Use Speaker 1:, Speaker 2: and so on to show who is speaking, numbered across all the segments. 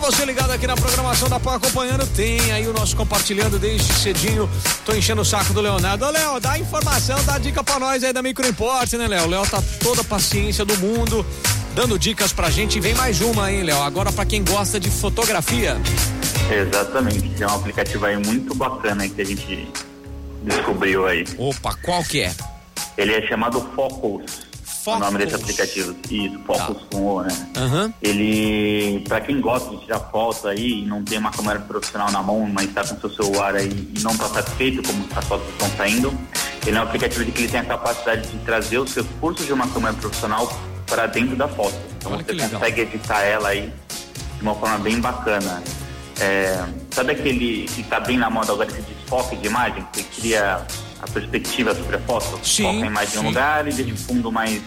Speaker 1: você ligado aqui na programação da Pan acompanhando, tem aí o nosso compartilhando desde cedinho. Tô enchendo o saco do Leonardo. Ô, Léo, dá informação, dá dica pra nós aí da Micro Import, né, Léo? Léo tá toda a paciência do mundo, dando dicas pra gente. E vem mais uma, hein, Léo? Agora pra quem gosta de fotografia.
Speaker 2: Exatamente, é um aplicativo aí muito bacana que a gente descobriu aí.
Speaker 1: Opa, qual que é?
Speaker 2: Ele é chamado Focus.
Speaker 1: Focus.
Speaker 2: O nome desse aplicativo. Isso, Focus
Speaker 1: Tá.
Speaker 2: com O, né?
Speaker 1: Aham.
Speaker 2: Ele, pra quem gosta de tirar foto aí e não tem uma câmera profissional na mão, mas tá com seu celular aí e não tá satisfeito como as fotos estão saindo, ele é um aplicativo de que ele tem a capacidade de trazer os recursos de uma câmera profissional para dentro da foto. Então
Speaker 1: Olha que
Speaker 2: você
Speaker 1: legal.
Speaker 2: consegue editar ela aí de uma forma bem bacana. É, sabe aquele que tá bem na moda agora, esse desfoque de imagem? que Você cria a perspectiva sobre a foto?
Speaker 1: Sim,
Speaker 2: Foca a imagem em
Speaker 1: sim.
Speaker 2: um lugar e deixa o fundo mais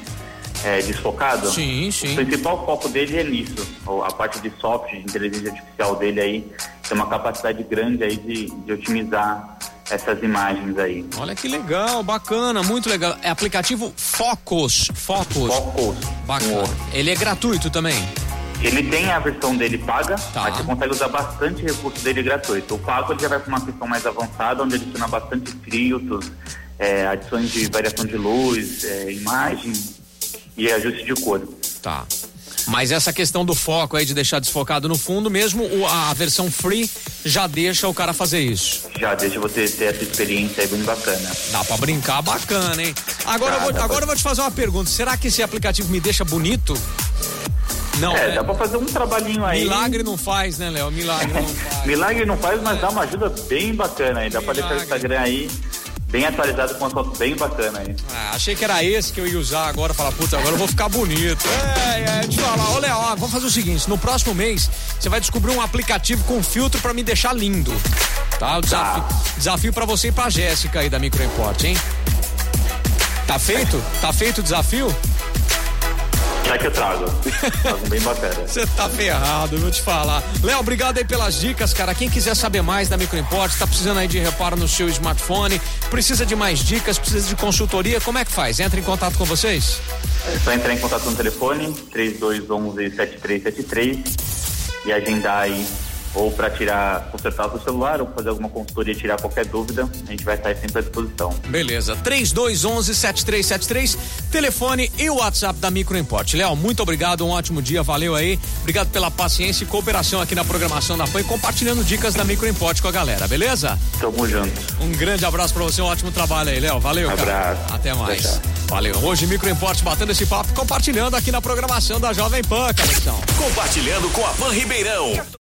Speaker 2: é, desfocado?
Speaker 1: Sim,
Speaker 2: O
Speaker 1: sim.
Speaker 2: principal foco dele é nisso. O- A parte de software, de inteligência artificial dele aí, tem uma capacidade grande aí de, de otimizar essas imagens aí.
Speaker 1: Olha que legal, bacana, muito legal. É aplicativo Focus. Focus.
Speaker 2: Focus.
Speaker 1: Bacana. Ele é gratuito também.
Speaker 2: Ele tem a versão dele paga,
Speaker 1: Tá.
Speaker 2: mas você consegue usar bastante recurso dele gratuito. O pago ele já vai para uma questão mais avançada, onde adiciona bastante filtros, é, adições de variação de luz, é, imagem e ajuste de cor.
Speaker 1: Tá. Mas essa questão do foco aí de deixar desfocado no fundo, mesmo o- a a versão free já deixa o cara fazer isso.
Speaker 2: Já deixa você ter essa experiência aí bem bacana.
Speaker 1: Dá pra brincar bacana, hein? Agora,
Speaker 2: Dá,
Speaker 1: eu vou,
Speaker 2: dá pra-
Speaker 1: agora eu vou te fazer uma pergunta. Será que esse aplicativo me deixa bonito? Não,
Speaker 2: é,
Speaker 1: né?
Speaker 2: dá pra fazer um trabalhinho aí.
Speaker 1: Milagre não faz, né, Léo? Milagre não faz.
Speaker 2: Milagre não faz, mas dá uma ajuda bem bacana aí. Dá pra deixar o
Speaker 1: Milagre.
Speaker 2: Instagram aí bem atualizado com uma foto bem bacana aí.
Speaker 1: Ah, achei que era esse que eu ia usar agora. Falar, puta, agora eu vou ficar bonito. É, é, deixa eu falar. Ô, Léo, ó, vamos fazer o seguinte: no próximo mês, você vai descobrir um aplicativo com filtro pra me deixar lindo. Tá? O desafio, desafio pra você e pra Jéssica aí da Micro Import, hein? Tá feito? Tá feito o desafio?
Speaker 2: Já que eu trago. Algo bem bacana.
Speaker 1: Você tá ferrado, eu vou te falar. Léo, obrigado aí pelas dicas, cara. Quem quiser saber mais da Microimport, tá precisando aí de reparo no seu smartphone, precisa de mais dicas, precisa de consultoria, como é que faz? Entra em contato com vocês?
Speaker 2: É só entrar em contato no telefone 3211-7373 e agendar aí ou pra tirar, consertar o seu celular ou fazer alguma consultoria, tirar qualquer dúvida, a gente vai estar aí sempre à disposição.
Speaker 1: Beleza, 3211-7373, telefone e o WhatsApp da Microimport. Léo, muito obrigado, um ótimo dia, valeu aí. Obrigado pela paciência e cooperação aqui na programação da PAN e compartilhando dicas da Microimport com a galera, beleza?
Speaker 2: Tamo junto.
Speaker 1: Um grande abraço pra você, um ótimo trabalho aí, Léo. Valeu, cara.
Speaker 2: Abraço.
Speaker 1: Até mais.
Speaker 2: Tchau,
Speaker 1: Valeu. Hoje, Micro Import batendo esse papo, compartilhando aqui na programação da Jovem Pan, Cabeção.
Speaker 3: Compartilhando com a Van Ribeirão.